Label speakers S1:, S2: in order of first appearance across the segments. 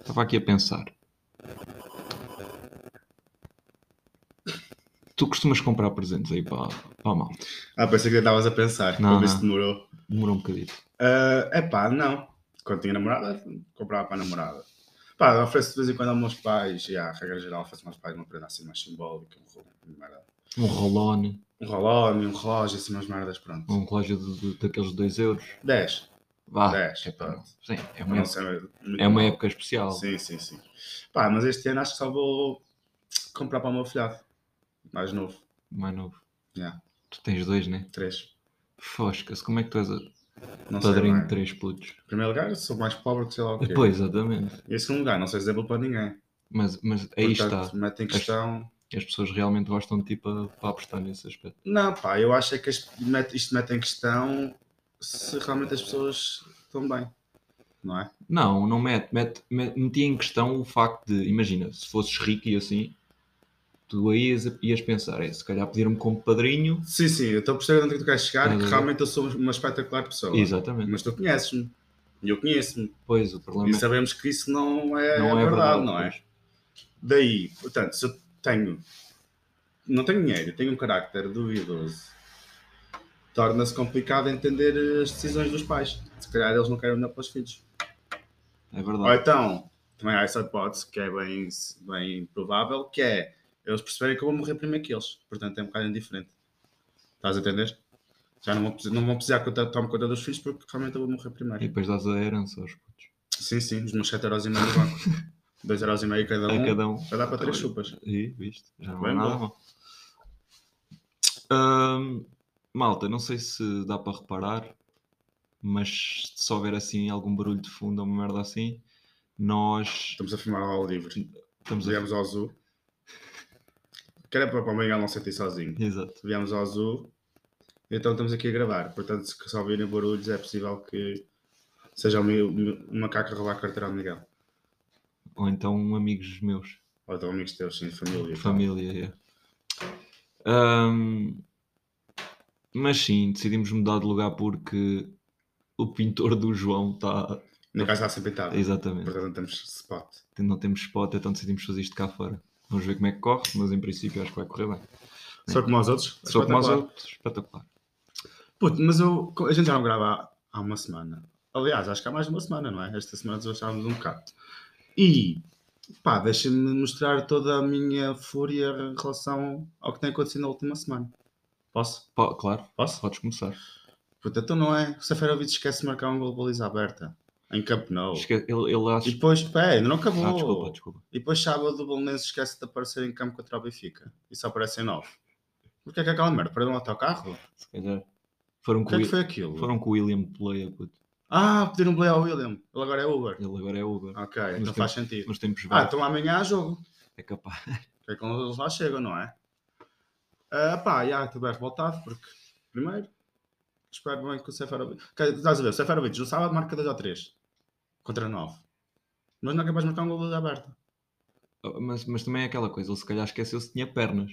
S1: Estava aqui a pensar. Tu costumas comprar presentes aí para, para a malta?
S2: Ah, pensei que estavas a pensar,
S1: Não,
S2: para ver
S1: não.
S2: se demorou.
S1: Demorou um bocadito.
S2: é pá, não. Quando tinha namorada, comprava para a namorada. Pá, ofereço de vez em quando aos meus pais, e a regra geral, ofereço aos meus pais uma prenda assim mais simbólica, um rolo- uma merda.
S1: Um rolone,
S2: Um rolone, um relógio, assim umas merdas, pronto.
S1: um relógio de, de- daqueles de 2 euros.
S2: 10.
S1: Vá.
S2: Dez,
S1: é pá,
S2: pronto.
S1: Sim, é uma,
S2: Não
S1: época,
S2: sei, muito
S1: é uma
S2: mal.
S1: época especial.
S2: Sim, sim, sim. Pá, mas este ano acho que só vou comprar para o meu filhado. Mais novo.
S1: Mais novo.
S2: Yeah.
S1: Tu tens dois, né?
S2: Três.
S1: Fosca-se, como é que tu és a-
S2: Não sei
S1: padrinho de
S2: bem.
S1: três putos?
S2: Em primeiro lugar, sou mais pobre que sei lá o quê.
S1: Pois, exatamente.
S2: Em segundo lugar, não sei exemplo para ninguém.
S1: Mas, mas aí
S2: Portanto,
S1: está.
S2: Mete em questão...
S1: As pessoas realmente gostam de ti para, para apostar nesse aspecto.
S2: Não, pá, eu acho é que isto mete, isto mete em questão se realmente as pessoas estão bem. Não é?
S1: Não, não mete, mete, mete metia em questão o facto de, imagina, se fosses rico e assim, tu aí ias, ias pensar, é, se calhar pedir-me como padrinho.
S2: Sim, sim, eu estou a perceber onde é que tu queres chegar e que
S1: Uhum.
S2: realmente eu sou uma espetacular pessoa.
S1: Exatamente.
S2: Mas tu conheces-me. E eu conheço-me.
S1: Pois, o
S2: E
S1: problema é,
S2: sabemos que isso não é,
S1: não é
S2: verdade,
S1: verdade.
S2: não é?
S1: pois.
S2: Daí, portanto, se eu tenho. Não tenho dinheiro, eu tenho um carácter duvidoso. Torna-se complicado entender as decisões dos pais. Se calhar eles não querem olhar para os filhos.
S1: É verdade.
S2: Ou então, também há essa hipótese que é bem, bem provável, que é eles perceberem que eu vou morrer primeiro que eles. Portanto, é um bocado indiferente. Estás a entender? Já não vão, precisar- não vão precisar que eu to- tome conta dos filhos porque realmente eu vou morrer
S1: E
S2: primeiro.
S1: depois dás a herança aos putos.
S2: Sim, sim, os meus 7,5€ no banco. 2,5€ cada um.
S1: a cada um.
S2: Já dá para três chupas.
S1: E, viste? Já não é
S2: Bem
S1: nada mal. Ahm, malta, não sei se dá para reparar, mas se houver assim algum barulho de fundo ou uma merda assim, nós
S2: Estamos a filmar ao livre.
S1: estamos a.
S2: Viemos ao zoo. Que era para o Miguel não sentir sozinho.
S1: Exato.
S2: Viemos ao zoo. Então estamos aqui a gravar. Portanto, se só ouvirem barulhos, é possível que seja o meu, um macaco a roubar a carteira ao Miguel.
S1: Ou então amigos meus,
S2: Ou então amigos teus, sim, de família. e tal.
S1: família. é. Ahm, mas sim, decidimos mudar de lugar porque o pintor do João está.
S2: Na casa está sempre pintado.
S1: Exatamente.
S2: Portanto, temos spot.
S1: não temos spot, então decidimos fazer isto cá fora. Vamos ver como é que corre, mas em princípio acho que vai correr bem.
S2: Só como aos outros.
S1: Só que mais
S2: É espetacular.
S1: outros, espetacular.
S2: Puto, mas eu, a gente já não grava há, há uma semana. Aliás, acho que há mais de uma semana, não é? Esta semana desgastámos um bocado. E, pá, deixa-me mostrar toda a minha fúria em relação ao que tem acontecido na última semana. Posso?
S1: Po- claro,
S2: Posso?
S1: podes começar.
S2: Puta, então não é? O Seferovic esquece de marcar um gol de baliza aberta. Em Camp Nou.
S1: Esque- Ele, ele acha.
S2: Oh. E depois, pá, ainda não acabou.
S1: Ah, desculpa, desculpa.
S2: E depois sábado o Bolonense esquece de aparecer em campo contra o Benfica. E só aparece em nove. Porquê é que é aquela merda? Perdeu um autocarro?
S1: Se calhar. Foram
S2: O
S1: com,
S2: que é
S1: o
S2: que
S1: Wi-
S2: foi aquilo?
S1: foram com o William Playa, puto.
S2: Ah, pediram um play ao William. Ele agora é Uber.
S1: Ele agora é Uber.
S2: Ok,
S1: Nos
S2: então faz sentido.
S1: Nos tempos
S2: Ah,
S1: velhos.
S2: então amanhã há jogo.
S1: É capaz.
S2: Que é quando eles lá chegam, não é? Ah, pá, já estou bem revoltado porque, primeiro, espero bem que o Seferovic. Que, Estás a ver, o Seferovic no sábado marca 2 ou 3 contra 9. Mas não é capaz de marcar um gol de aberta.
S1: Ah, Mas, mas também é aquela coisa, ele se calhar esqueceu-se que tinha pernas.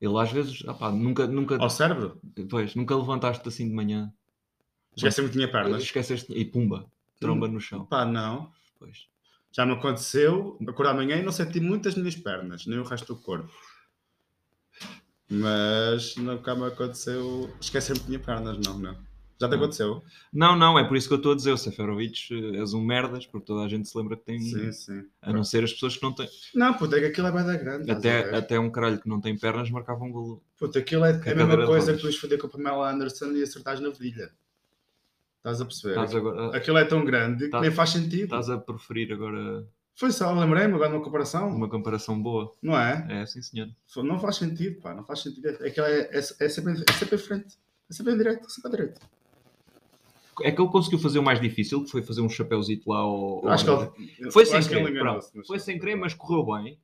S1: Ele às vezes, ah pá, nunca, nunca,
S2: Ao cérebro,
S1: pois, nunca levantaste assim de manhã.
S2: esqueci-me que tinha pernas.
S1: Esqueceste e pumba, tromba no chão.
S2: Pá, não.
S1: Pois.
S2: Já me aconteceu acordar amanhã e não senti muitas minhas pernas, nem o resto do corpo. Mas nunca me aconteceu esquecer-me que tinha pernas, não, não. Já te
S1: Não.
S2: aconteceu?
S1: Não, não, é por isso que eu estou a dizer, o Seferovic eh, és um merdas, porque toda a gente se lembra que tem,
S2: Sim, sim.
S1: a não ser as pessoas que não têm.
S2: Não, puta, é que aquilo é bada grande. estás a ver?
S1: Até, até um caralho que não tem pernas marcava um golo.
S2: Puta, aquilo é
S1: Que
S2: a
S1: cadeira
S2: mesma
S1: de
S2: coisa
S1: rodas.
S2: que tu ires foder com a Pamela Anderson e acertares na vilha. Estás a perceber?
S1: Estás Tá- agora-
S2: Aquilo é tão grande que
S1: Estás-
S2: nem faz sentido.
S1: estás a preferir agora
S2: Foi só, lembrei-me agora de uma comparação.
S1: uma comparação boa.
S2: Não é?
S1: É, sim senhor.
S2: Só Não faz sentido, pá. Não faz sentido. Aquilo é, é, é sempre, é sempre em frente. É sempre em direto, é sempre à direita.
S1: É que ele conseguiu fazer o mais difícil, que foi fazer um chapéuzito lá ao. ao
S2: acho que
S1: André.
S2: ele,
S1: Foi
S2: eu
S1: sem
S2: acho que ele
S1: querer,
S2: enganou-se,
S1: pronto. Foi sem querer, mas correu bem.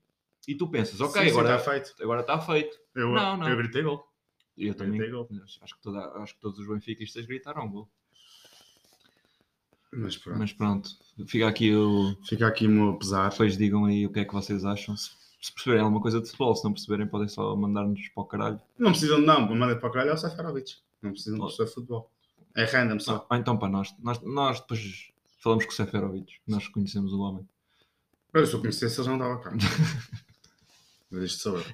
S1: E tu pensas, ok,
S2: Sim, tá. sim,
S1: agora
S2: está feito.
S1: agora está feito.
S2: Eu,
S1: Não, não.
S2: eu gritei gol.
S1: E eu também.
S2: gritei gol.
S1: Acho que, toda- acho que todos os benfiquistas gritaram gol.
S2: Mas pronto.
S1: Mas pronto, fica aqui o.
S2: Fica aqui o meu pesar.
S1: Depois digam aí o que é que vocês acham. Se, se perceberem alguma coisa de futebol, se não perceberem, podem só mandar-nos para o caralho.
S2: Não precisam, não. Mandem para o caralho ao Seferovic. Não precisam de perceber futebol. É random só.
S1: Ou então para nós. Nós, nós depois falamos com o Seferovic. Nós conhecemos o homem.
S2: Olha, se eu conhecesse, eles não dava cá. Mas isto sou eu.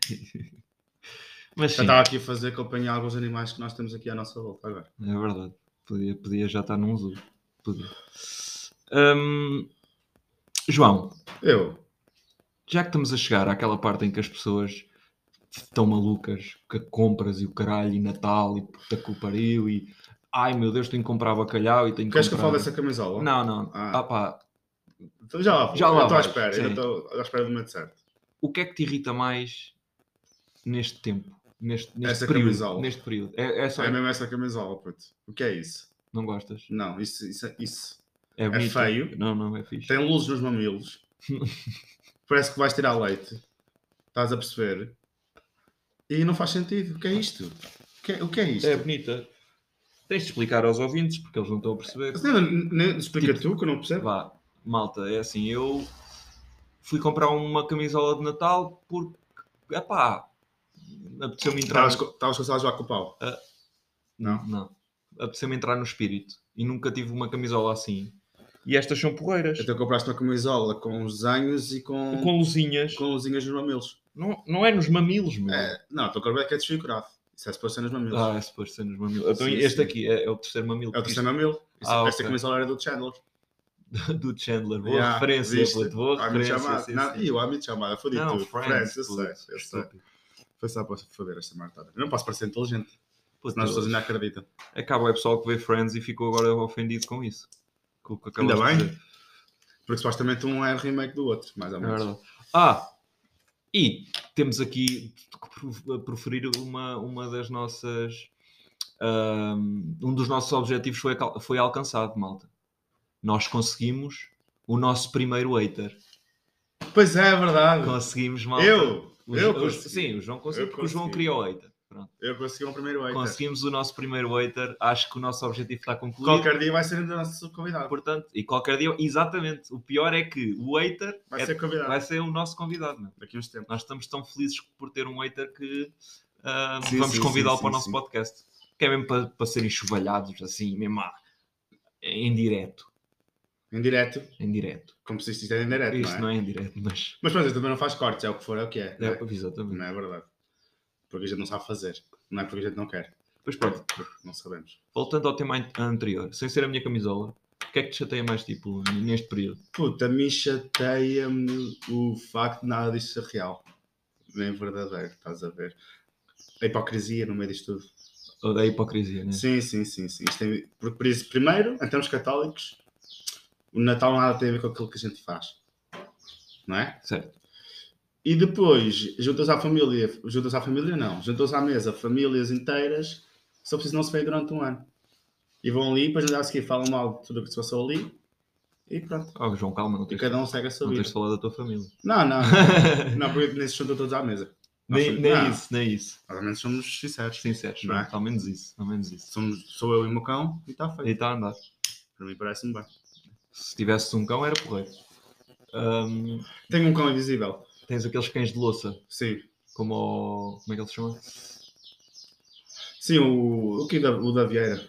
S1: Mas
S2: Já tá.
S1: sim,
S2: estava aqui a fazer companhia a alguns animais que nós temos aqui à nossa volta agora.
S1: é verdade. Podia, podia já estar num zoo. Podia. Hum, João,
S2: Eu.
S1: já que estamos a chegar àquela parte em que as pessoas estão malucas, que compras e o caralho, e Natal, e puta que o pariu, e ai meu Deus, tenho que comprar bacalhau e tenho que
S2: Queres que eu
S1: comprar.
S2: fale dessa camisola?
S1: Não, não.
S2: Ah.
S1: Ah. pá,
S2: Então já lá vou.
S1: Já lá
S2: Eu estou à
S1: vais,
S2: espera.
S1: sim.
S2: Eu estou à espera do momento certo.
S1: o que é que te irrita mais neste tempo? Neste, neste
S2: Essa
S1: período?
S2: camisola.
S1: Neste período. É, é só.
S2: É mesmo essa camisola, puto. O que é isso?
S1: Não gostas?
S2: Não, isso, isso, isso.
S1: É, bonito.
S2: feio.
S1: Não, não, é fixe.
S2: Tem luzes nos mamilos. Parece que vais tirar leite. Estás a perceber? E não faz sentido. O que é isto? O que é, o que é isto?
S1: É bonita. Tens de explicar aos ouvintes porque eles não estão a perceber.
S2: Não, não, não, explica tu que eu não percebo.
S1: Vá, malta, é assim, eu fui comprar uma camisola de Natal porque, epá, apeteceu-me entrar...
S2: Estavas com estavas com o Salazar com o pau.
S1: Ah. Não. Não. Apeteceu-me entrar no espírito. E nunca tive uma camisola assim. E estas são porreiras.
S2: Então compraste uma camisola com os desenhos e com, com...
S1: Com luzinhas.
S2: luzinhas nos mamilos.
S1: Não, não é nos mamilos, meu.
S2: É, não, estou com a que é desfigurado. Isso é suposto ser nos mamilos.
S1: Ah, é suposto ser nos mamilos. Então,
S2: Sim,
S1: este
S2: sim.
S1: aqui é, é o terceiro mamilo.
S2: é o
S1: porque isto-
S2: terceiro mamilo. Isso-
S1: Ah,
S2: Esta
S1: ok.
S2: camisola era do Chandler.
S1: Do Chandler. Boa
S2: Yeah,
S1: referência,
S2: viste?
S1: puto, boa
S2: Há muito
S1: referência.
S2: chamada.
S1: sim,
S2: Ah, Não,
S1: sim.
S2: E o Amit chamada. Fodi
S1: Não,
S2: tudo. Friends, eu sei.
S1: puto,
S2: Eu sei.
S1: estúpido.
S2: Foi só para foder esta martada. Eu não posso parecer inteligente.
S1: Puto,
S2: Senão as pessoas ainda acreditam.
S1: Acaba o pessoal que vê Friends e ficou agora ofendido com isso. Com o que acabaste
S2: Ainda
S1: de
S2: bem.
S1: dizer.
S2: Porque supostamente um é remake do outro, mais ou
S1: É
S2: menos.
S1: verdade. Ah, e temos aqui que pro- proferir uma, uma das nossas. ahm, Um dos nossos objetivos foi, acal- foi alcançado, malta. Nós conseguimos o nosso primeiro hater.
S2: Pois é, é verdade.
S1: Conseguimos, malta.
S2: Eu!
S1: O
S2: eu
S1: Jo- o-
S2: consegui.
S1: sim, o João conseguiu,
S2: Eu
S1: porque o João
S2: consegui.
S1: criou o hater. Pronto.
S2: Eu consegui um primeiro hater.
S1: Conseguimos o nosso primeiro hater. Acho que o nosso objetivo está concluído.
S2: Qualquer dia vai ser o nosso convidado.
S1: Portanto, e qualquer dia, exatamente. O pior é que o hater
S2: Vai
S1: é-
S2: ser convidado.
S1: vai ser o nosso convidado. meu.
S2: Daqui a uns tempos.
S1: Nós estamos tão felizes por ter um hater que ah,
S2: Sim,
S1: vamos
S2: sim,
S1: convidá-lo
S2: sim,
S1: para o
S2: sim,
S1: nosso
S2: sim.
S1: podcast. Que é mesmo para, para serem chuvalhados, assim, mesmo à- em direto.
S2: Em direto.
S1: Em direto.
S2: Como se isto é em direto,
S1: Isto
S2: não é?
S1: não é em direto, mas.
S2: Mas pronto, também não faz cortes, é o que for, é o que é.
S1: É,
S2: não é?
S1: exatamente.
S2: Não é verdade. Porque a gente não sabe fazer. Não é porque a gente não quer.
S1: Pois
S2: É
S1: pronto,
S2: porque não sabemos.
S1: voltando ao tema an- anterior, sem ser a minha camisola, o que é que te chateia mais, tipo, n- neste período?
S2: Puta, me chateia-me o facto de nada disto ser real. Nem verdadeiro, estás a ver? A hipocrisia no meio disto tudo.
S1: Ou da hipocrisia, né?
S2: Sim, sim, sim. sim. Isto tem- por, por isso, primeiro, em termos católicos, o Natal nada tem a ver com aquilo que a gente faz. Não é?
S1: Certo.
S2: E depois, juntas à família, juntas à família não, juntas à mesa, famílias inteiras, só preciso não se veem durante um ano. E vão ali, depois no dia a seguir falam mal de tudo o que se passou ali, e pronto.
S1: Oh, João, calma, não
S2: E
S1: tens,
S2: cada um segue a sua
S1: não
S2: vida.
S1: tens falado da tua família.
S2: Não, não, não, porque nem se juntam todos à mesa. Nós
S1: Nem,
S2: somos-
S1: nem
S2: não,
S1: isso, nem isso.
S2: Pelo menos somos sinceros.
S1: Sinceros,
S2: Não é?
S1: pronto, ao menos isso, ao menos isso.
S2: Somos, sou eu e o meu cão, e está
S1: E
S2: feito.
S1: está a andar.
S2: Para mim parece-me bem.
S1: Se tivesses um cão, era porreiro. Ahm,
S2: Tenho um cão invisível.
S1: tens aqueles cães de louça,
S2: Sim.
S1: como o... Como é que ele se chama?
S2: Sim, o, o, que da, o da Vieira.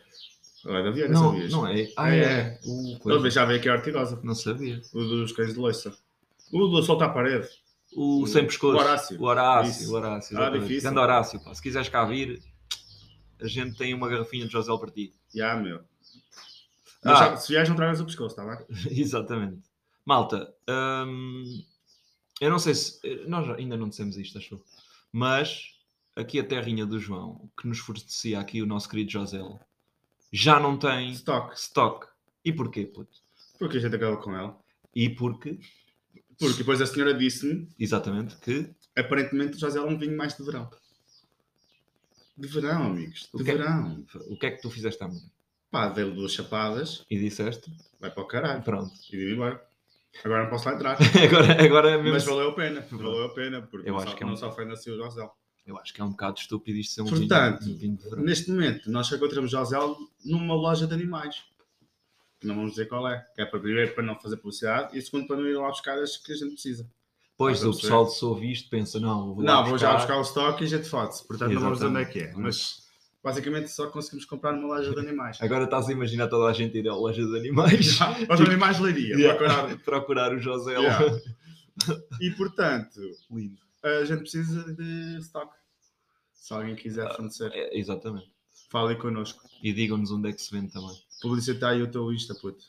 S2: Não é da Vieira,
S1: Não,
S2: sabias?
S1: não é. Ah,
S2: É,
S1: é.
S2: é.
S1: O coisa.
S2: Ele já veio aqui a Ortigosa.
S1: Não sabia.
S2: O dos cães de loiça. O do solta à parede.
S1: O,
S2: O-
S1: sem pescoço.
S2: o Horácio.
S1: O Horácio,
S2: Isso.
S1: o Horácio.
S2: Ah,
S1: exatamente.
S2: difícil.
S1: Grande Horácio, pá. Se quiseres cá vir, a gente tem uma garrafinha de José para ti.
S2: Já, meu.
S1: Ah.
S2: Mas já- se vieres, não tragas o pescoço, está bem?
S1: Exatamente. Malta, hum, eu não sei se. Nós já- ainda não dissemos isto, achou? Mas aqui a terrinha do João, que nos fornecia aqui o nosso querido Josel, já não tem
S2: Stock.
S1: stock. E porquê, puto?
S2: Porque a gente acabou com ela.
S1: E porque,
S2: Porque depois a senhora disse-me,
S1: exatamente, que.
S2: aparentemente, o José é um vinho mais de verão. De verão, amigos. De
S1: O quê?
S2: verão.
S1: O que é que tu fizeste à mulher?
S2: Pá, dei-lhe duas chapadas,
S1: E disseste?
S2: vai para o caralho.
S1: Pronto.
S2: E digo embora. Agora não posso lá entrar.
S1: Agora, agora é mesmo.
S2: Mas valeu a pena. Valeu a pena, porque
S1: Eu
S2: não
S1: acho
S2: só-
S1: que é um-
S2: não se ofende assim o José.
S1: Eu acho que é um bocado estúpido isto ser um
S2: Portanto,
S1: vinho, um vinho de verão.
S2: Neste momento, nós só encontramos Josel numa loja de animais. Que não vamos dizer qual é. Que é para primeiro para não fazer publicidade e segundo para não ir lá buscar as que a gente precisa.
S1: Pois
S2: Estás a
S1: o pessoal se ouve isto pensa, não, vou lá
S2: Ah, não, vou já buscar o estoque e a gente fode-se. Portanto, não vamos dizer onde é
S1: Exatamente.
S2: que é. Mas basicamente só conseguimos comprar numa loja de animais.
S1: Agora estás a imaginar toda a gente ir à loja de animais.
S2: Já? Loja de animais leiria.
S1: Yeah.
S2: Procurar.
S1: procurar o José.
S2: Yeah. E portanto,
S1: Lindo.
S2: a gente precisa de stock. Se alguém quiser fornecer,
S1: É, exatamente.
S2: fale connosco.
S1: E digam-nos onde é que se vende também.
S2: Publicitar aí o teu Insta, puto.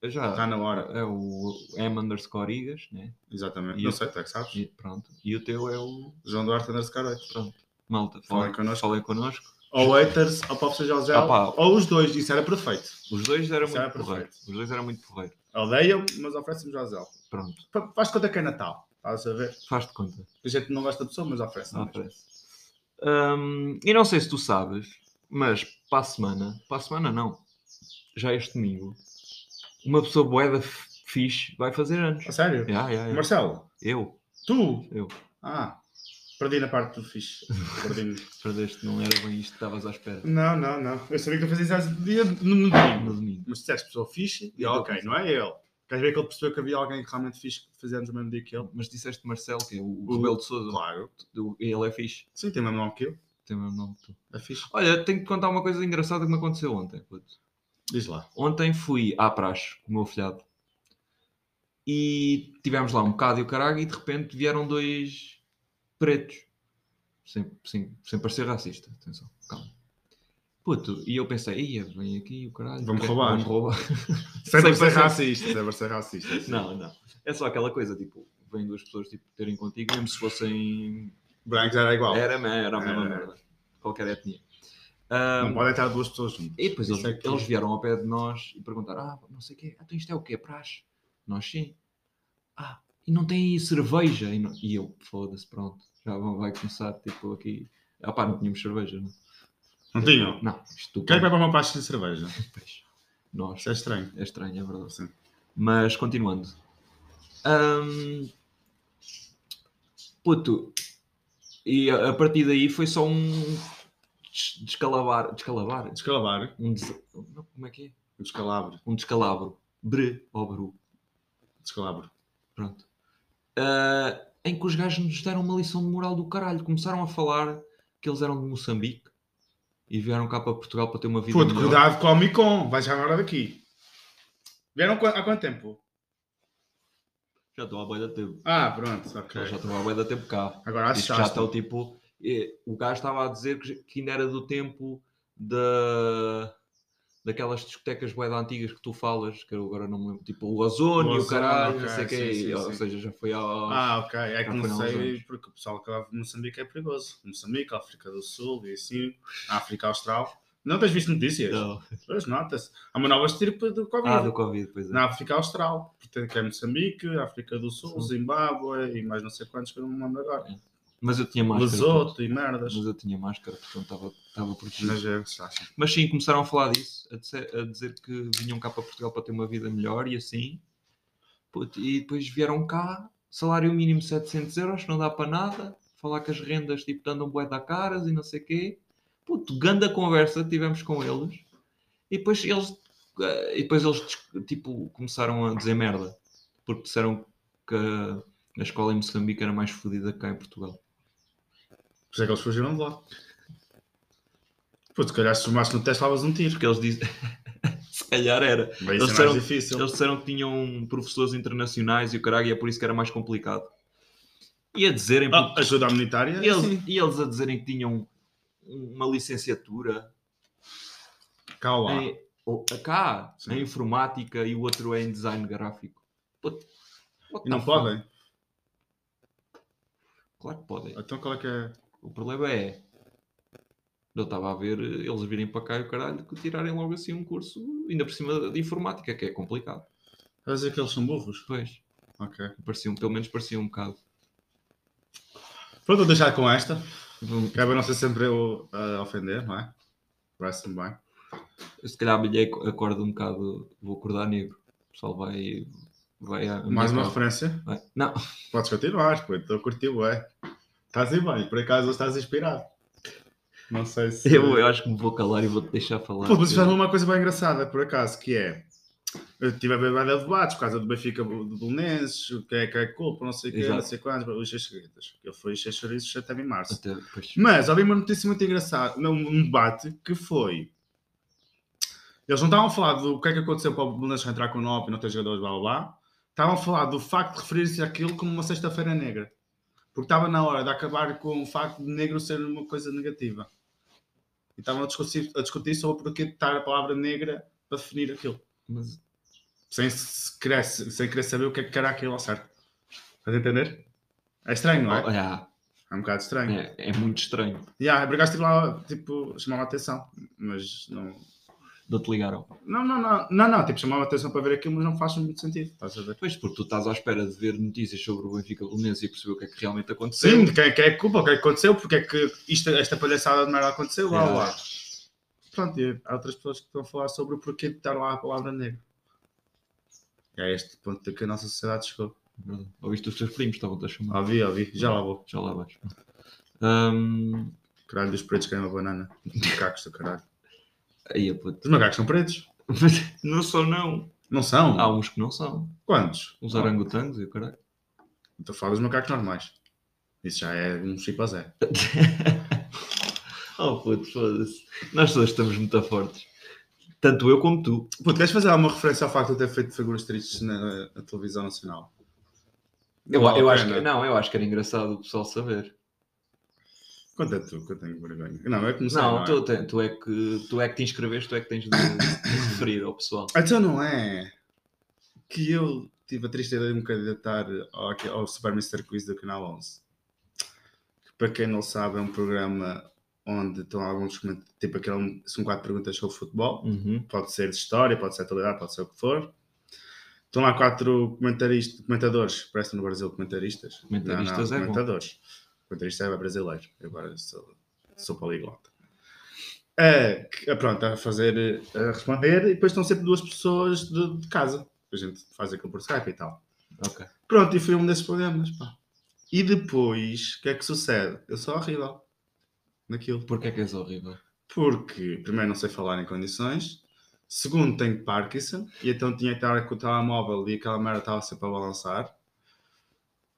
S1: Eu já.
S2: Está na hora.
S1: É o M underscore Igas, né?
S2: Exatamente.
S1: E
S2: Não
S1: eu-
S2: sei, tu é que sabes.
S1: E pronto. E o teu é o.
S2: João Duarte underscore 8.
S1: Malta,
S2: Falem
S1: falem,
S2: connosco.
S1: falem connosco.
S2: Ou haters, ou Pop Seja Gel,
S1: Ah, pá.
S2: ou os dois, isso era perfeito.
S1: Os dois eram
S2: Isso era
S1: muito porreiro.
S2: perfeito.
S1: Os dois eram muito porreiro.
S2: Odeiam, mas oferecem-me Josel.
S1: Pronto.
S2: Faz de conta que é Natal, estás a ver?
S1: Faz de conta.
S2: A gente não gosta da pessoa, mas oferece.
S1: à pressa. Hum, e não sei se tu sabes, mas para a semana, para a semana não, já este domingo, uma pessoa boeda f- fixe vai fazer anos.
S2: A sério?
S1: Ya, ya, ya.
S2: Marcelo,
S1: Eu,
S2: tu?
S1: eu.
S2: Ah, perdi na parte do fixe. Perdi-me.
S1: Perdeste, não era bem isto que estavas à espera.
S2: não, não, não. Eu sabia que tu fazias esse dia no no domingo.
S1: No domingo.
S2: Mas disseste pessoa fixe, e
S1: Eu tô
S2: ok, não é ele. Queres ver que ele percebeu que havia alguém que realmente fixe que fazia anos no mesmo dia que ele?
S1: Mas disseste Marcelo, que é o,
S2: O-
S1: o Rebelo de Souza.
S2: Claro.
S1: Ele é fixe.
S2: Sim, tem o mesmo nome que eu.
S1: Tem o mesmo nome que tu.
S2: É fixe.
S1: Olha, tenho que contar uma coisa engraçada que me aconteceu ontem. puto.
S2: Diz lá.
S1: Ontem fui à praxe com o meu filhado e tivemos lá um bocado e o caralho e de repente vieram dois pretos. Sem, sem, sem parecer racista, atenção, calma. Puto, e eu pensei, ia, vem aqui o caralho.
S2: Vão-me
S1: quer-
S2: roubar."
S1: vão-me roubar.
S2: Sempre ser
S1: parecer-
S2: racista, sempre ser racista. sim.
S1: Não, não. É só aquela coisa, tipo, vêm duas pessoas tipo, terem contigo, mesmo se fossem.
S2: Brancos era igual.
S1: Era, era a mesma
S2: Era.
S1: merda. Qualquer etnia.
S2: Não
S1: Ahm,
S2: podem estar duas pessoas juntas.
S1: E depois eles,
S2: Isso é que-
S1: eles vieram ao pé de nós e perguntaram: Ah, não sei o quê, ah, então isto é o quê? Praxe? Nós sim. Ah, e não tem cerveja? E, não- e eu, foda-se, pronto, já vão- vai começar tipo aqui. Ah, pá, não tínhamos cerveja, não?
S2: Não tinham?
S1: Não, isto
S2: Quem é que vai para uma pasta de cerveja?
S1: peixe. Nós,
S2: Isso é estranho.
S1: é estranho, é verdade.
S2: Sim.
S1: Mas continuando. Ahm, puto, e a, a partir daí foi só um des- descalabar, descalabar,
S2: Descalabar.
S1: um des- não, como é que é?
S2: Descalabro.
S1: um descalabro. Bre ou bru.
S2: Descalabro.
S1: Pronto. Ah, em que os gajos nos deram uma lição de moral do caralho. Começaram a falar que eles eram de Moçambique e vieram cá para Portugal para ter uma vida
S2: Puto,
S1: melhor.
S2: cuidado com o Micon. Vais já agora daqui. Vieram qu- há quanto tempo?
S1: Já estão à boia da tempo.
S2: Ah, pronto. Ok.
S1: Eles Já estão à boia da tempo cá.
S2: Agora
S1: Isto já
S2: achaste.
S1: estão tipo... eh, O gajo estava a dizer que que ainda era do tempo da... Daquelas discotecas boeda antigas que tu falas, que eu agora não me lembro, tipo o Ozônio,
S2: O
S1: o caralho,
S2: Ozônio,
S1: não sei o
S2: ok,
S1: quê.
S2: sim, sim,
S1: Ou
S2: sim.
S1: seja, já foi ao.
S2: Ah, ok.
S1: Já
S2: É que
S1: foi há
S2: não
S1: uns
S2: sei,
S1: anos.
S2: porque o pessoal que lá de Moçambique é perigoso. Moçambique, África do Sul e assim. África Austral. Não tens visto notícias?
S1: Não.
S2: Pois, nota-se. Há uma nova estirpe do Covid.
S1: Ah, do Covid, pois é.
S2: na África Austral, portanto, que é Moçambique, África do Sul,
S1: Sim.
S2: Zimbábue e mais não sei quantos que eu não me lembro agora.
S1: Mas eu tinha máscara. puto.
S2: Lesoto e merdas.
S1: Mas eu tinha máscara, portanto estava, estava protegido.
S2: Mas é, se acha.
S1: Mas sim, começaram a falar disso, a dizer, a dizer que vinham cá para Portugal para ter uma vida melhor e assim. Puto, e depois vieram cá, salário mínimo 700 euros, não dá para nada. Falar que as rendas tipo andam bué da caras e não sei quê. Puto, ganda conversa que tivemos com eles. E depois eles, eh, e depois eles dis- tipo, começaram a dizer merda. Porque disseram que a- a escola em Moçambique era mais fodida que cá em Portugal.
S2: Por isso é que eles fugiram de lá. Pô, se calhar se tomaste no teste, lavas um tiro.
S1: Porque eles dizem... Se calhar era.
S2: Bem, isso
S1: Eles
S2: é mais
S1: serão-
S2: difícil.
S1: Eles disseram que tinham professores internacionais e o caralho, e é por isso que era mais complicado. E a dizerem,
S2: Ah, ajuda à humanitária?
S1: e, eles,
S2: Sim.
S1: e eles a dizerem que tinham uma licenciatura
S2: Cá ou lá.
S1: em, ou- cá,
S2: Sim.
S1: em informática e o outro é em design gráfico. Puta, what the
S2: E não
S1: fuck?
S2: podem?
S1: Claro que podem.
S2: Então qual é que é?
S1: O problema é. Eu estava a ver eh, eles virem para cá e o caralho que tirarem logo assim um curso, ainda por cima de informática, que é complicado.
S2: Estás a dizer que eles são burros?
S1: Pois,
S2: Ok.
S1: pareciam, pelo menos parecia um bocado.
S2: Pronto, vou deixar com esta. Acaba não ser sempre eu a ofender, não é? Parece-me bem.
S1: Eu, se calhar amanhã ac- acordo um bocado, vou acordar negro. O pessoal vai. vai à
S2: Mais
S1: minha
S2: uma
S1: casa.
S2: referência.
S1: Vai- é Não,
S2: Podes continuar, pô. Estou a curtir, ué. Estás aí bem, por acaso estás inspirado. Não sei se.
S1: eu, eu acho que me vou calar e vou-te deixar falar.
S2: Pô, mas
S1: Eu-
S2: faz-me uma coisa bem engraçada, por acaso, que é. Eu tive a ver vários debates por causa do Benfica do Belenenses, o que é que é culpa, não sei o que, não
S1: Exato.
S2: sei quantos, os seis segredos. Eu fui os seis chorizos até em março.
S1: Até depois.
S2: Mas havia uma notícia muito engraçada, não, um debate, que foi. Eles não estavam a falar do que é que aconteceu para o Belenenses entrar com o NOP e não ter jogadores, blá blá blá. Estavam a falar do facto de referir-se àquilo como uma sexta-feira negra. Porque estava na hora de acabar com o facto de negro ser uma coisa negativa. E estavam a discutir, a discutir sobre o porquê de estar a palavra negra para definir aquilo.
S1: Mas
S2: Sem, se querer, sem querer saber o que é que era aquilo ao certo. Estás a entender? É estranho, não é?
S1: Oh, yeah,
S2: É um bocado estranho.
S1: é, é muito estranho.
S2: Yeah, por acaso, tipo, lá, tipo, chamava a atenção, mas não.
S1: Não-te ligaram.
S2: Não, não, não, não, não, tipo, chamava a atenção para ver aquilo, mas não faz muito sentido, estás a ver?
S1: Pois, porque tu estás à espera de ver notícias sobre o Benfica Belenense e perceber o que é que realmente aconteceu.
S2: Sim, de quem, quem é que culpa, o que é que aconteceu, porque é que isto, esta palhaçada de merda aconteceu, lá,
S1: Yeah.
S2: lá. Pronto, e há outras pessoas que estão a falar sobre o porquê de estar lá a palavra negra. E é este ponto que a nossa sociedade chegou.
S1: Ouviste os teus primos, estavam-te a chamar.
S2: Ouvi, ouvi, já lá vou.
S1: Já lá vais. Hum,
S2: Caralho, dos pretos ganham a banana. Macacos do caralho.
S1: Aí, puto.
S2: Os macacos são pretos?
S1: Mas não são, não.
S2: Não são?
S1: Há uns que não são.
S2: Quantos?
S1: Os orangotangos e o caralho.
S2: Estou a falar dos macacos normais. Isso já é um chipazé.
S1: Oh, puto, foda-se. Nós todos estamos muito fortes. Tanto eu como tu.
S2: Puto, queres fazer alguma referência ao facto de eu ter feito figuras tristes na, na televisão nacional?
S1: Eu,
S2: Não vale
S1: eu
S2: a
S1: acho que,
S2: pena.
S1: não, eu acho que era engraçado o pessoal saber.
S2: Conta tu, que eu tenho vergonha. Não, eu comecei.
S1: Não,
S2: é?
S1: tu, te- tu é que, tu é que te inscreveste, tu é que tens de, de referir ao pessoal.
S2: Então não é que eu tive a triste ideia de me candidatar ao, ao Super Mr. Quiz do Canal 11. Que, para quem não sabe, é um programa onde estão alguns comentários, tipo aquele, são quatro perguntas sobre futebol.
S1: Uhum.
S2: pode ser de história, pode ser de atualidade, pode ser o que for. Estão lá quatro comentaristas, comentadores, parece no Brasil comentaristas.
S1: Comentaristas é bom.
S2: comentadores. Comentarista é brasileiro, eu agora sou, sou poliglota. É, que- pronto, a fazer, a responder, e depois estão sempre duas pessoas de, de casa. A gente faz aquilo por Skype e tal.
S1: Ok.
S2: Pronto, e foi um desses problemas, pá. E depois, o que é que sucede? Eu sou horrível naquilo.
S1: Porquê é que és horrível?
S2: Porque, primeiro, não sei falar em condições. Segundo, tenho Parkinson. E então tinha que estar com o telemóvel e aquela merda estava sempre a balançar.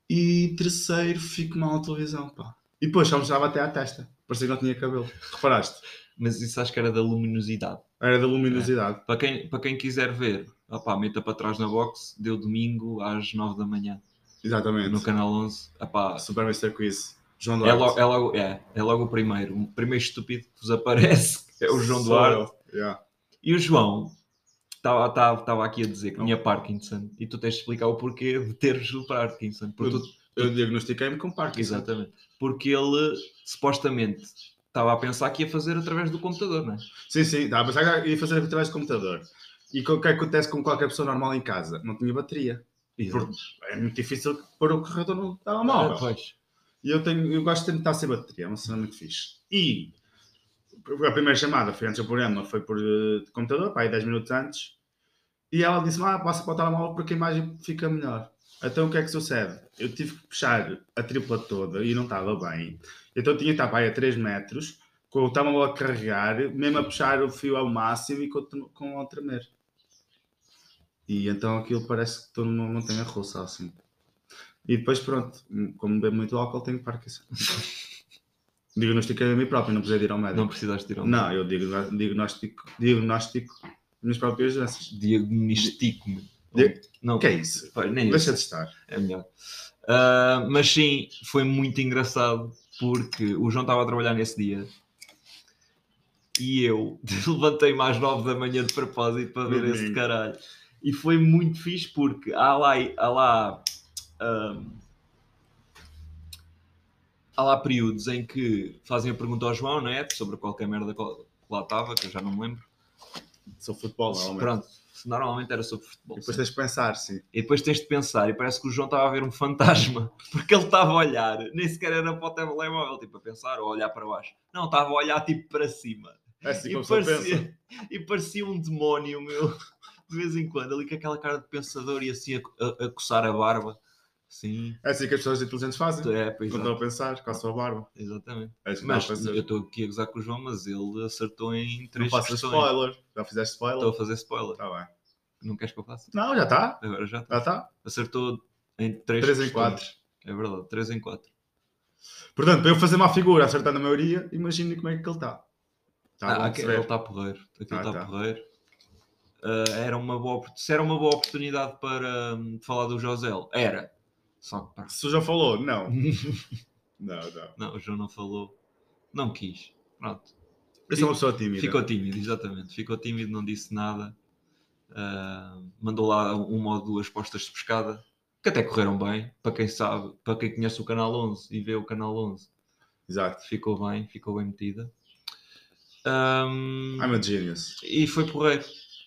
S2: E terceiro, fico mal na televisão, pá. E depois, só me estava até à testa. Parecia que não tinha cabelo. Reparaste?
S1: Mas isso acho que era da luminosidade.
S2: Era da luminosidade.
S1: Para quem, para quem quiser ver, opá, meta para trás na box, deu domingo às 9 da manhã,
S2: Exatamente.
S1: no canal 11. Opá,
S2: Super Mr. Quiz. João
S1: é,
S2: Duarte.
S1: logo, é, logo, é, é logo o primeiro. O primeiro estúpido que vos aparece é o João
S2: Sou
S1: Duarte.
S2: eu. Yeah.
S1: E o João estava estava- estava aqui a dizer que
S2: Não.
S1: tinha Parkinson e tu tens de explicar o porquê de teres o Parkinson. Porque tu-
S2: Eu diagnostiquei-me com Parkinson.
S1: exatamente. Porque ele supostamente estava a pensar que ia fazer através do computador, não é?
S2: Sim, sim, dá a pensar que ia fazer através do computador. E co- o que é que acontece com qualquer pessoa normal em casa? Não tinha bateria. Por- É muito difícil pôr o corretor no
S1: Ah,
S2: telemóvel.
S1: pois.
S2: E eu, tenho, eu gosto de tentar sem bateria, é uma cena muito fixe. E a primeira chamada foi antes do programa, foi por eh, computador, para aí 10 minutos antes. E ela disse-me, ah, passa para o telemóvel porque a imagem fica melhor. Então o que é que sucede? Eu tive que puxar a tripla toda e não estava bem. Então tinha que estar para aí a 3 metros, com o telemóvel a carregar, mesmo a puxar o fio ao máximo e com, com a tremer. E então aquilo parece que estou numa montanha russa, assim. E depois, pronto, como bebo muito álcool, tenho Parkinson. Diagnostiquei a mim próprio, não precisei de ir ao
S1: Não
S2: médico.
S1: precisaste tirar
S2: Não,
S1: um.
S2: eu diagno- diagnostico, diagnostico minhas próprias doenças.
S1: Diagnostico-me.
S2: Di-
S1: Não,
S2: O que é isso?
S1: pá, nem
S2: Deixa
S1: isso.
S2: de estar.
S1: É melhor. Ah, mas sim, foi muito engraçado porque o João estava a trabalhar nesse dia e eu levantei-me às 9 da manhã de propósito para ver
S2: Domingo.
S1: esse caralho. E foi muito fixe porque há lá. Há lá ah, há lá períodos em que fazem a pergunta ao João, não é? Sobre qualquer merda que lá estava, que eu já não me lembro.
S2: Sou futebol, normalmente.
S1: Pronto, normalmente era sobre futebol.
S2: E
S1: sim.
S2: é depois tens de pensar, sim.
S1: E depois tens de pensar, e parece que o João estava a ver um fantasma, porque ele estava a olhar, nem sequer era para o telemóvel, tipo, a pensar ou a olhar para baixo. Não, estava a olhar tipo para cima.
S2: É assim que
S1: e,
S2: a pessoa pensa.
S1: parecia, e parecia um demónio, meu, de vez em quando, ali com aquela cara de pensador e assim a, a- a coçar a barba. Sim,
S2: É assim que as pessoas inteligentes fazem.
S1: é, pois,
S2: Quando estão a pensar, com a sua barba.
S1: exatamente.
S2: É assim que
S1: Mas
S2: estão a pensar.
S1: eu estou aqui a gozar com o João, mas ele acertou em
S2: Não
S1: três
S2: faças
S1: questões.
S2: spoiler. Já fizeste
S1: Estou
S2: spoiler?
S1: a fazer spoiler.
S2: Está bem.
S1: Não queres que eu faça?
S2: Não, já está.
S1: Agora já está.
S2: Já está.
S1: Acertou em três
S2: 3 em
S1: questões.
S2: 4.
S1: É verdade, três em quatro.
S2: Portanto, para eu fazer uma figura acertando a maioria, imaginem como é que ele está. Está
S1: Ah,
S2: a
S1: aquele- ele
S2: perceber.
S1: está porreiro. Aquilo
S2: Ah,
S1: está
S2: tá.
S1: porreiro. Uh, era uma boa, opor- se era uma boa oportunidade para hum, falar do Josel, era. Só que pá,
S2: Se o João falou, não. não, não.
S1: não, o João não falou, não quis. Pronto.
S2: Eu sou é uma pessoa tímida.
S1: Ficou tímido, exatamente. Ficou tímido, não disse nada. Ah, mandou lá uma ou duas postas de pescada, que até correram bem. Para quem sabe, para quem conhece o Canal 11 e vê o Canal 11,
S2: Exato.
S1: ficou bem, ficou bem metida. Ahm,
S2: I'm a genius.
S1: e foi porreiro.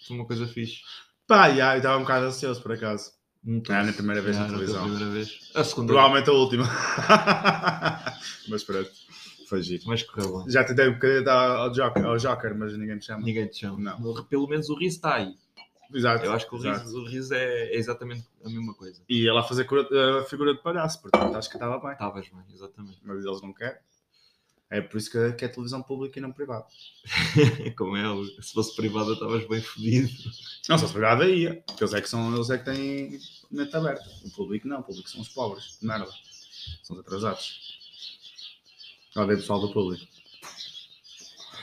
S1: Foi uma coisa fixe.
S2: Pá, já, eu estava um bocado ansioso, por acaso.
S1: Não tô-
S2: Era a minha primeira vez Ah, na
S1: Era a tua
S2: televisão.
S1: primeira vez. A segunda,
S2: Provavelmente a última. mas pronto, foi giro.
S1: mas correu bem.
S2: Já tentei um bocadinho dar ao Joker, ao Joker, mas ninguém me chama.
S1: Ninguém te chama.
S2: Não.
S1: Pelo menos o riso está aí.
S2: Exato.
S1: Eu acho que o
S2: exato.
S1: riso, o riso é, é exatamente a mesma coisa.
S2: E ela fazer cura- a figura de palhaço, portanto acho que estava bem.
S1: Estavas bem, exatamente.
S2: Mas eles não querem. É por isso que que é televisão pública e não privada.
S1: Como é, óbvio. se fosse privada estavas bem fodido.
S2: Não, só se privada ia. Porque eles é que, são, eles é que têm mente aberta. O público não, o público são os pobres. de Merda. São os atrasados. Olha o pessoal do público.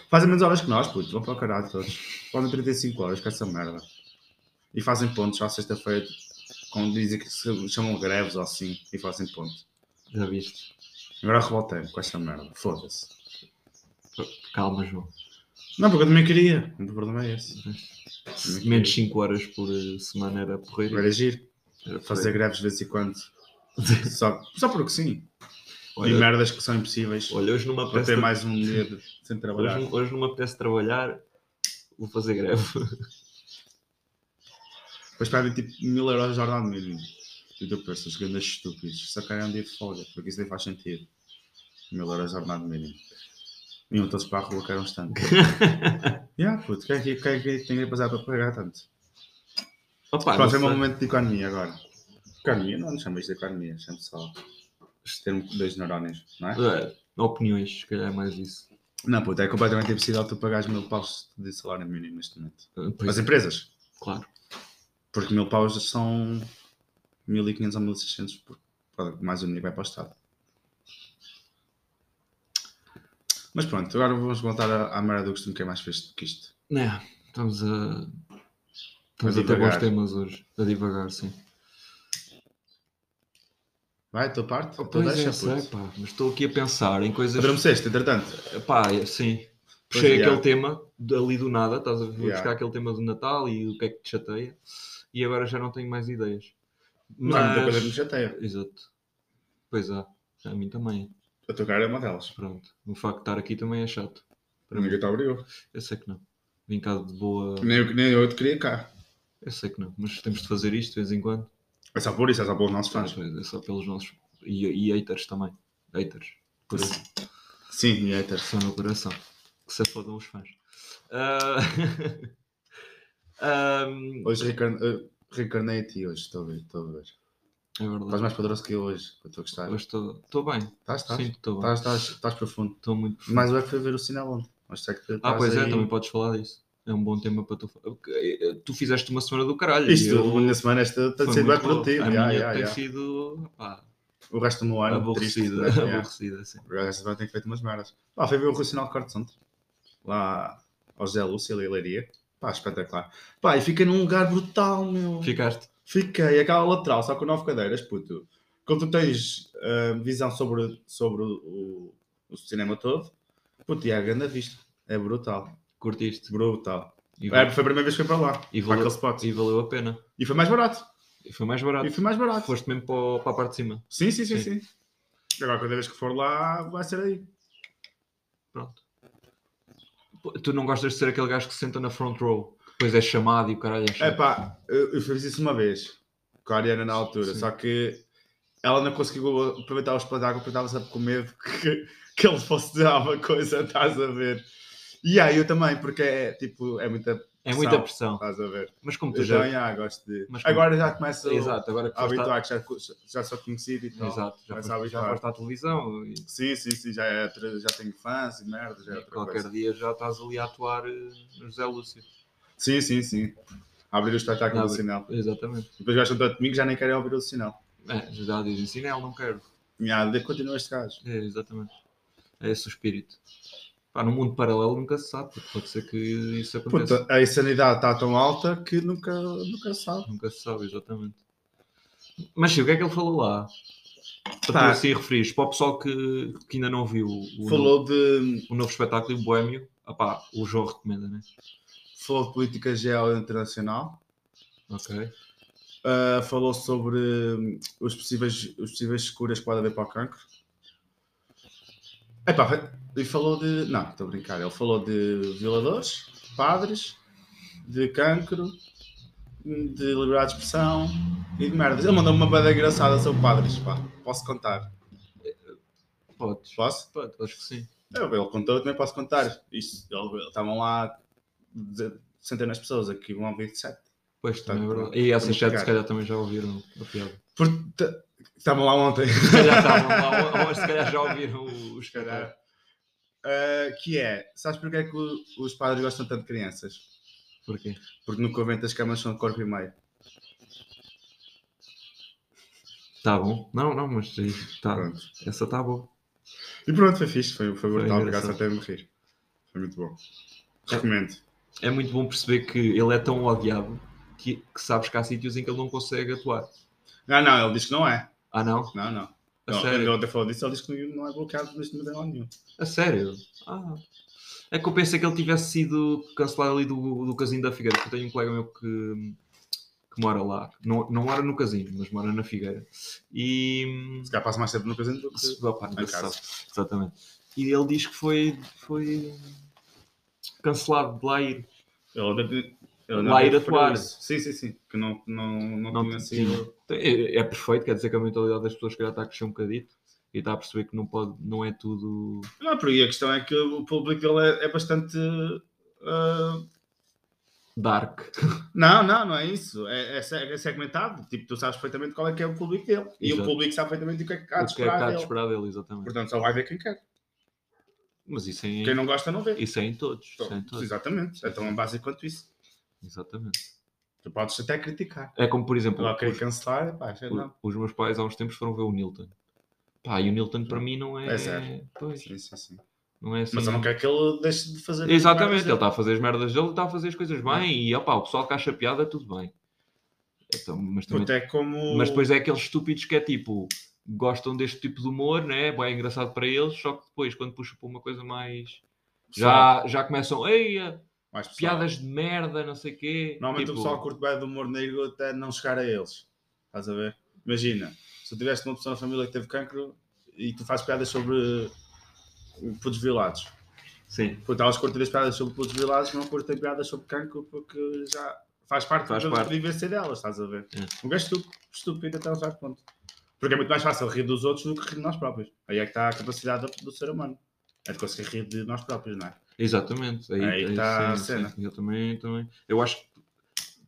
S2: Fazem menos horas que nós, puto. Vão para o caralho todos. Fazem 35 horas com essa merda. E fazem pontos à sexta-feira. Quando dizem que se chamam greves ou assim. E fazem pontos.
S1: Já viste?
S2: Agora revoltei com esta merda. Foda-se.
S1: Calma, João.
S2: Não, porque eu também queria. O problema é esse.
S1: Menos 5 horas por eh, semana era porreiro.
S2: Agora é giro.
S1: Era
S2: Fazer greves de vez em quando. Só, só porque sim. E
S1: Olha,
S2: merdas que são impossíveis.
S1: olha, hoje não me
S2: Para
S1: apetece,
S2: ter mais um dia de- sem trabalhar.
S1: hoje, não- hoje não me apetece trabalhar, vou fazer greve.
S2: Depois pedem tipo mil euros de ordenado mínimo. E tu pensas, grandes estúpidos. Só querem um dia de folga, porque isso nem faz sentido. Mil euros de ordenado mínimo. Iam todos para a rua, que era um instante. yeah, puto, quem é que, quem é que tem que passar para pagar tanto?
S1: Opa,
S2: Pronto, é
S1: não
S2: um
S1: sei.
S2: momento de economia agora. Economia? Não, não chama isto de economia, chama só este termo com dois neurónios, não é?
S1: É, opiniões, se calhar é mais isso.
S2: Não, puto, é completamente impossível tu pagares mil paus de salário mínimo neste momento.
S1: Eh, pois,
S2: As empresas.
S1: claro.
S2: Porque mil paus são 1500 ou 1600, por- por- mais o dinheiro que vai para o Estado. Mas pronto, agora vamos voltar à, à merda do costume que é mais fixe do que isto.
S1: Né, estamos a. Estamos
S2: A
S1: a ter bons
S2: divagar.
S1: temas hoje. A divagar, sim.
S2: Vai, a tua parte? A tua
S1: Pois é,
S2: Então deixa,
S1: sei,
S2: puto.
S1: pá, mas estou aqui a pensar em coisas.
S2: Adormeceste, entretanto.
S1: Pá, sim.
S2: Pois
S1: Puxei
S2: é.
S1: aquele tema de- ali do nada, estás a ver? Vou
S2: Yeah.
S1: buscar aquele tema do Natal e o que é que te chateia. E agora já não tenho mais ideias.
S2: Mas... Há muita coisa que me
S1: Mas.
S2: chateia.
S1: Exato. Pois há. A mim também.
S2: A tua cara é uma delas.
S1: Pronto. O facto de estar aqui também é chato. Para mim.
S2: Ninguém te obrigou.
S1: Eu sei que não. Vim cá de boa.
S2: Nem eu, nem eu te queria cá.
S1: Eu sei que não. Mas temos de fazer isto de vez em quando.
S2: É só por isso, é só pelos nossos fãs.
S1: Pois, É só pelos nossos. E, e haters também. Haters. Por isso.
S2: Sim, e haters.
S1: Só no coração. Que se fodam os fãs. Ah, Ahm,
S2: Hoje reencarn- eh, reencarnei a ti hoje, estou a ver, estou a ver.
S1: é
S2: Estás
S1: verdade.
S2: mais poderoso que eu hoje, eu estou a gostar.
S1: Hoje estou bem.
S2: Estás, estás?
S1: Sinto estou bem.
S2: Estás, estás, estás profundo.
S1: Estou muito profundo.
S2: Mas vai foi ver o sinal ontem. Mas sei que
S1: Ah,
S2: estás
S1: pois é,
S2: aí-
S1: também podes falar disso. É um bom tema para tu falar. Tu fizeste uma semana do caralho.
S2: Isto,
S1: e eu-
S2: na semana, esta
S1: foi
S2: tem
S1: muito
S2: sido bem
S1: boa.
S2: produtivo.
S1: A
S2: já,
S1: minha
S2: já,
S1: tem
S2: já.
S1: sido pá,
S2: O resto do meu ano, triste.
S1: aborrecida.
S2: Né? Já.
S1: aborrecida, sim.
S2: Agora Esta semana tem feito umas merdas. Pá, foi ver o sinal de Cortes ontem. Lá ao José Lúcia, ali em Leiria. Pá, espetacular. Pá, e fiquei num lugar brutal, meu.
S1: Ficaste?
S2: Fiquei, aquela lateral, só com nove cadeiras, puto. Quando tu tens ah, visão sobre, sobre o, o cinema todo, puto, e é a grande vista. É brutal.
S1: Curtiste?
S2: Brutal.
S1: E,
S2: É,
S1: val-
S2: foi a primeira vez que fui para lá.
S1: E
S2: para
S1: valeu-
S2: aquele spot.
S1: e valeu a pena.
S2: E foi mais barato.
S1: E foi mais barato.
S2: E foi mais barato.
S1: Foste mesmo para, o- para a parte de cima.
S2: Sim, sim, sim, sim, Agora, cada vez que for lá, vai ser aí.
S1: Pronto. Pô, Tu não gostas de ser aquele gajo que se senta na front row, depois é chamado e o caralho é
S2: É
S1: chato.
S2: pá, eu, eu fiz isso uma vez com a Ariana na altura,
S1: Sim.
S2: só que ela não conseguiu aproveitar o espetáculo porque estava sempre com medo que, que ele fosse dizer alguma coisa, estás a ver? E aí eu também, porque é tipo, é muita.
S1: É muita pressão.
S2: Estás a ver?
S1: Mas como tu
S2: Eu já,
S1: já.
S2: já gosto de.
S1: Mas como-
S2: Agora já começo
S1: Exato, agora que
S2: a
S1: foste à-
S2: habituar, que já, já sou conhecido e tal.
S1: Exato, já foste,
S2: Começo a
S1: já
S2: habituar.
S1: foste à televisão e
S2: Sim, sim, sim, já, é outra- já tenho fãs e merda, já é
S1: e
S2: outra
S1: qualquer
S2: coisa.
S1: dia já estás ali a atuar eh, no José Lúcio.
S2: Sim, sim, sim. Abrir o espetáculo do
S1: Abre.
S2: sinal.
S1: Exatamente.
S2: Depois gastam tanto domingo já nem querem ouvir o sinal.
S1: É, já dizem sinal, não quero.
S2: Minha AD continua este gajo.
S1: É, exatamente. É esse o espírito. Pá, num mundo paralelo nunca se sabe, porque pode ser que isso aconteça.
S2: Puta, a insanidade está tão alta que nunca, nunca se sabe.
S1: Nunca se sabe, exatamente. Mas sim, o que é que ele falou lá? Para
S2: Pá.
S1: tu assim referires, para o pessoal que, que ainda não viu o,
S2: Falou de,
S1: novo, o novo espetáculo em Boémio, ah pá, o João recomenda, né?
S2: falou de política geral internacional,
S1: Ok.
S2: ah, falou sobre hum, os possíveis, os possíveis curas que pode haver para o cancro. Epá, foi- e falou de. Não, estou a brincar. Ele falou de violadores, padres, de cancro, hum, de liberdade de expressão e de merdas. Ele mandou-me uma banda engraçada sobre padres, pá. Posso contar?
S1: Podes.
S2: Posso?
S1: Pode, acho que sim.
S2: Eu, ele contou, eu também posso contar. Isso, ele- estavam lá de- centenas de pessoas, aqui vão ouvir sete.
S1: Pois também é
S2: Portanto,
S1: verdade. E essa
S2: Tá vamos
S1: chat
S2: pegar.
S1: se calhar também já ouviram a piada.
S2: Porta- Estavam lá ontem,
S1: Se calhar estavam lá, ou- ou se calhar já ouviram o- os
S2: se calhar. Ah, que é, sabes porque é que o- os padres gostam tanto de crianças?
S1: Porquê?
S2: Porque no convento as camas são de corpo e meio.
S1: Está Tá bom? Não, não, mas isto tá,
S2: Pronto.
S1: essa está boa.
S2: E pronto, foi fixe, foi, foi brutal, obrigado
S1: engraçado.
S2: até a me rir. Foi muito bom. Recomendo.
S1: É muito bom perceber que ele é tão odiado que, que sabes que há sítios em que ele não consegue atuar.
S2: Não, não, ele diz que não é.
S1: Ah não?
S2: Não, não.
S1: A
S2: Não, Ele
S1: sério?
S2: ontem falou disso, ele diz que não é bloqueado neste modelo nenhum.
S1: A sério? Ah. É que eu pensei que ele tivesse sido cancelado ali do, do casino da Figueira. porque Eu tenho um colega meu que, que mora lá. Não, não mora no casino, mas mora na Figueira. E. hum,
S2: Se calhar passa mais tempo no presente do que.
S1: se- opá, nunca
S2: Em
S1: se
S2: casa.
S1: sabe. Exatamente. E ele diz que foi, foi cancelado de lá ir.
S2: Ele, ele
S1: Lá ir
S2: deve ter
S1: atuar.
S2: isso. Sim, sim, sim. Que não, não, não,
S1: Não
S2: tinha
S1: tinha.
S2: sido.
S1: É, é perfeito, quer dizer que a mentalidade das pessoas que calhar está a crescer um bocadito e está a perceber que não, pode, não é tudo.
S2: Não, por aí a questão é que o público dele é, é bastante. ah,
S1: dark.
S2: Não, não, não é isso. É, é se- é segmentado. Tipo, tu sabes perfeitamente qual é que é o público dele. E o
S1: Exato.
S2: público sabe perfeitamente o que é que há de
S1: o que é que
S2: esperar.
S1: está a
S2: dele.
S1: esperar dele, exatamente.
S2: Portanto, só vai ver quem quer.
S1: Mas isso é, em-
S2: Quem não gosta, não vê.
S1: isso é em todos. Isso é em
S2: Então,
S1: todos.
S2: exatamente. É tão básico quanto isso.
S1: Exatamente.
S2: Tu podes até criticar.
S1: É como, por exemplo,
S2: Agora, querer
S1: os,
S2: cancelar, pá, já não.
S1: o- os meus pais há uns tempos foram ver o Nilton. Pá, e o Nilton para mim não é.
S2: É zero.
S1: Pois,
S2: Sim, sim, sim.
S1: não é assim.
S2: Mas eu não quero que ele deixe de fazer.
S1: Exatamente, ele está a fazer as merdas dele, está a fazer as coisas bem e opá, o pessoal que acha piada, tudo bem. Então, mas, também-
S2: Puta, é como.
S1: mas depois é aqueles estúpidos que é tipo, gostam deste tipo de humor, né? Bem, é engraçado para eles, só que depois, quando puxa para uma coisa mais. Já, já começam, eia,
S2: Mais pessoal.
S1: piadas de merda, não sei o quê.
S2: Normalmente
S1: Tipo,
S2: o pessoal curte bem do humor negro até não chegar a eles. Estás a ver? Imagina, se tu tiveste uma pessoa na família que teve cancro e tu fazes piadas sobre eh, putos violados.
S1: Sim,
S2: Puto, elas curtem as piadas sobre putos violados, não curtem piadas sobre cancro porque já faz parte
S1: Faz
S2: da
S1: parte.
S2: vivência delas, estás a ver?
S1: É.
S2: Um gajo estu- estúpido até um certo ponto. Porque é muito mais fácil rir dos outros do que rir de nós próprios. Aí é que está a capacidade do, do ser humano. É de conseguir rir de nós próprios, não é?
S1: exatamente. Aí,
S2: Aí tá a
S1: sim,
S2: cena.
S1: sim, Eu também, também. Eu acho que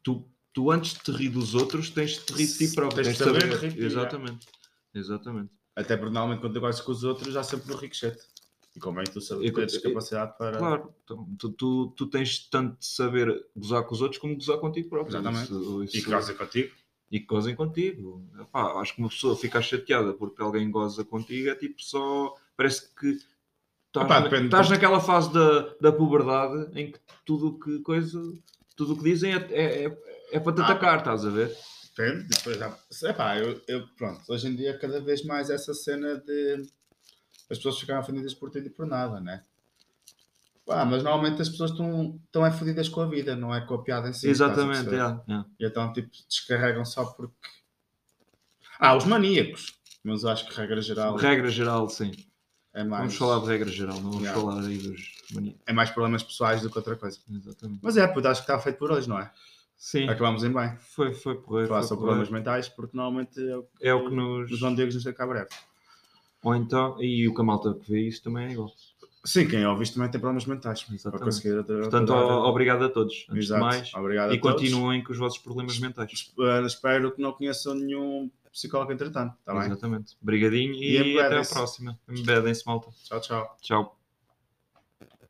S1: tu, tu antes de te rir dos outros, tens de te rir de ti próprio.
S2: Tens de
S1: de
S2: saber rir de ti, é.
S1: Exatamente. Exatamente.
S2: Até porque normalmente quando eu gosto com os outros, já sempre no ricochete. E convém tu
S1: E
S2: saber
S1: co-
S2: teres
S1: e-
S2: capacidade para.
S1: Claro. Então, tu, tu, tu tens tanto de saber gozar com os outros como gozar contigo próprio.
S2: Exatamente.
S1: Isso- isso-
S2: E que goza contigo.
S1: e que gozem contigo. Epá, acho que uma pessoa fica chateada porque alguém goza contigo é tipo só. Parece que estás, na-
S2: Epá, depende
S1: estás
S2: do-
S1: naquela fase da, da puberdade em que tudo o que coisa, tudo o que dizem é, é, é- é para te
S2: Ah.
S1: atacar, estás a ver?
S2: Depende. Depois há... Epá, eu, eu- pronto. Hoje em dia, cada vez mais essa cena de as pessoas ficarem ofendidas por tudo e por nada, né? Pá, mas normalmente as pessoas estão, estão é fodidas com a vida, não é com a piada em si. estás a
S1: Exatamente,
S2: perceber?
S1: é, é.
S2: E então, tipo, descarregam só porque. Ah, os maníacos. Mas eu acho que, regra geral,
S1: Regra geral, sim.
S2: é, mais,
S1: Vamos falar de regra geral, não vamos
S2: Yeah.
S1: falar aí dos maníacos.
S2: é mais problemas pessoais do que outra coisa.
S1: Exatamente.
S2: Mas é, puto, acho que está feito por hoje, não é?
S1: Sim,
S2: Acabamos em bem.
S1: foi, foi porreiro.
S2: Falar
S1: foi
S2: sobre
S1: porreiro.
S2: problemas mentais, porque normalmente é o que
S1: É o que
S2: os
S1: nos.
S2: João Diego nos acaba breve.
S1: Ou então, e o que a malta que vê isso também é igual.
S2: Sim, quem ouviste também tem problemas mentais. Para
S1: Exatamente.
S2: conseguir outra.
S1: Portanto,
S2: outra-
S1: ó- obrigado a todos. Antes
S2: Exato.
S1: de mais,
S2: Obrigado
S1: e
S2: a todos.
S1: continuem com os vossos problemas mentais.
S2: Espero- Espero que não conheçam nenhum psicólogo entretanto. Está bem?
S1: Exatamente. Obrigadinho
S2: E
S1: e, até a
S2: embebedem-se.
S1: próxima. Embedem-se, malta.
S2: Tchau, tchau.
S1: Tchau.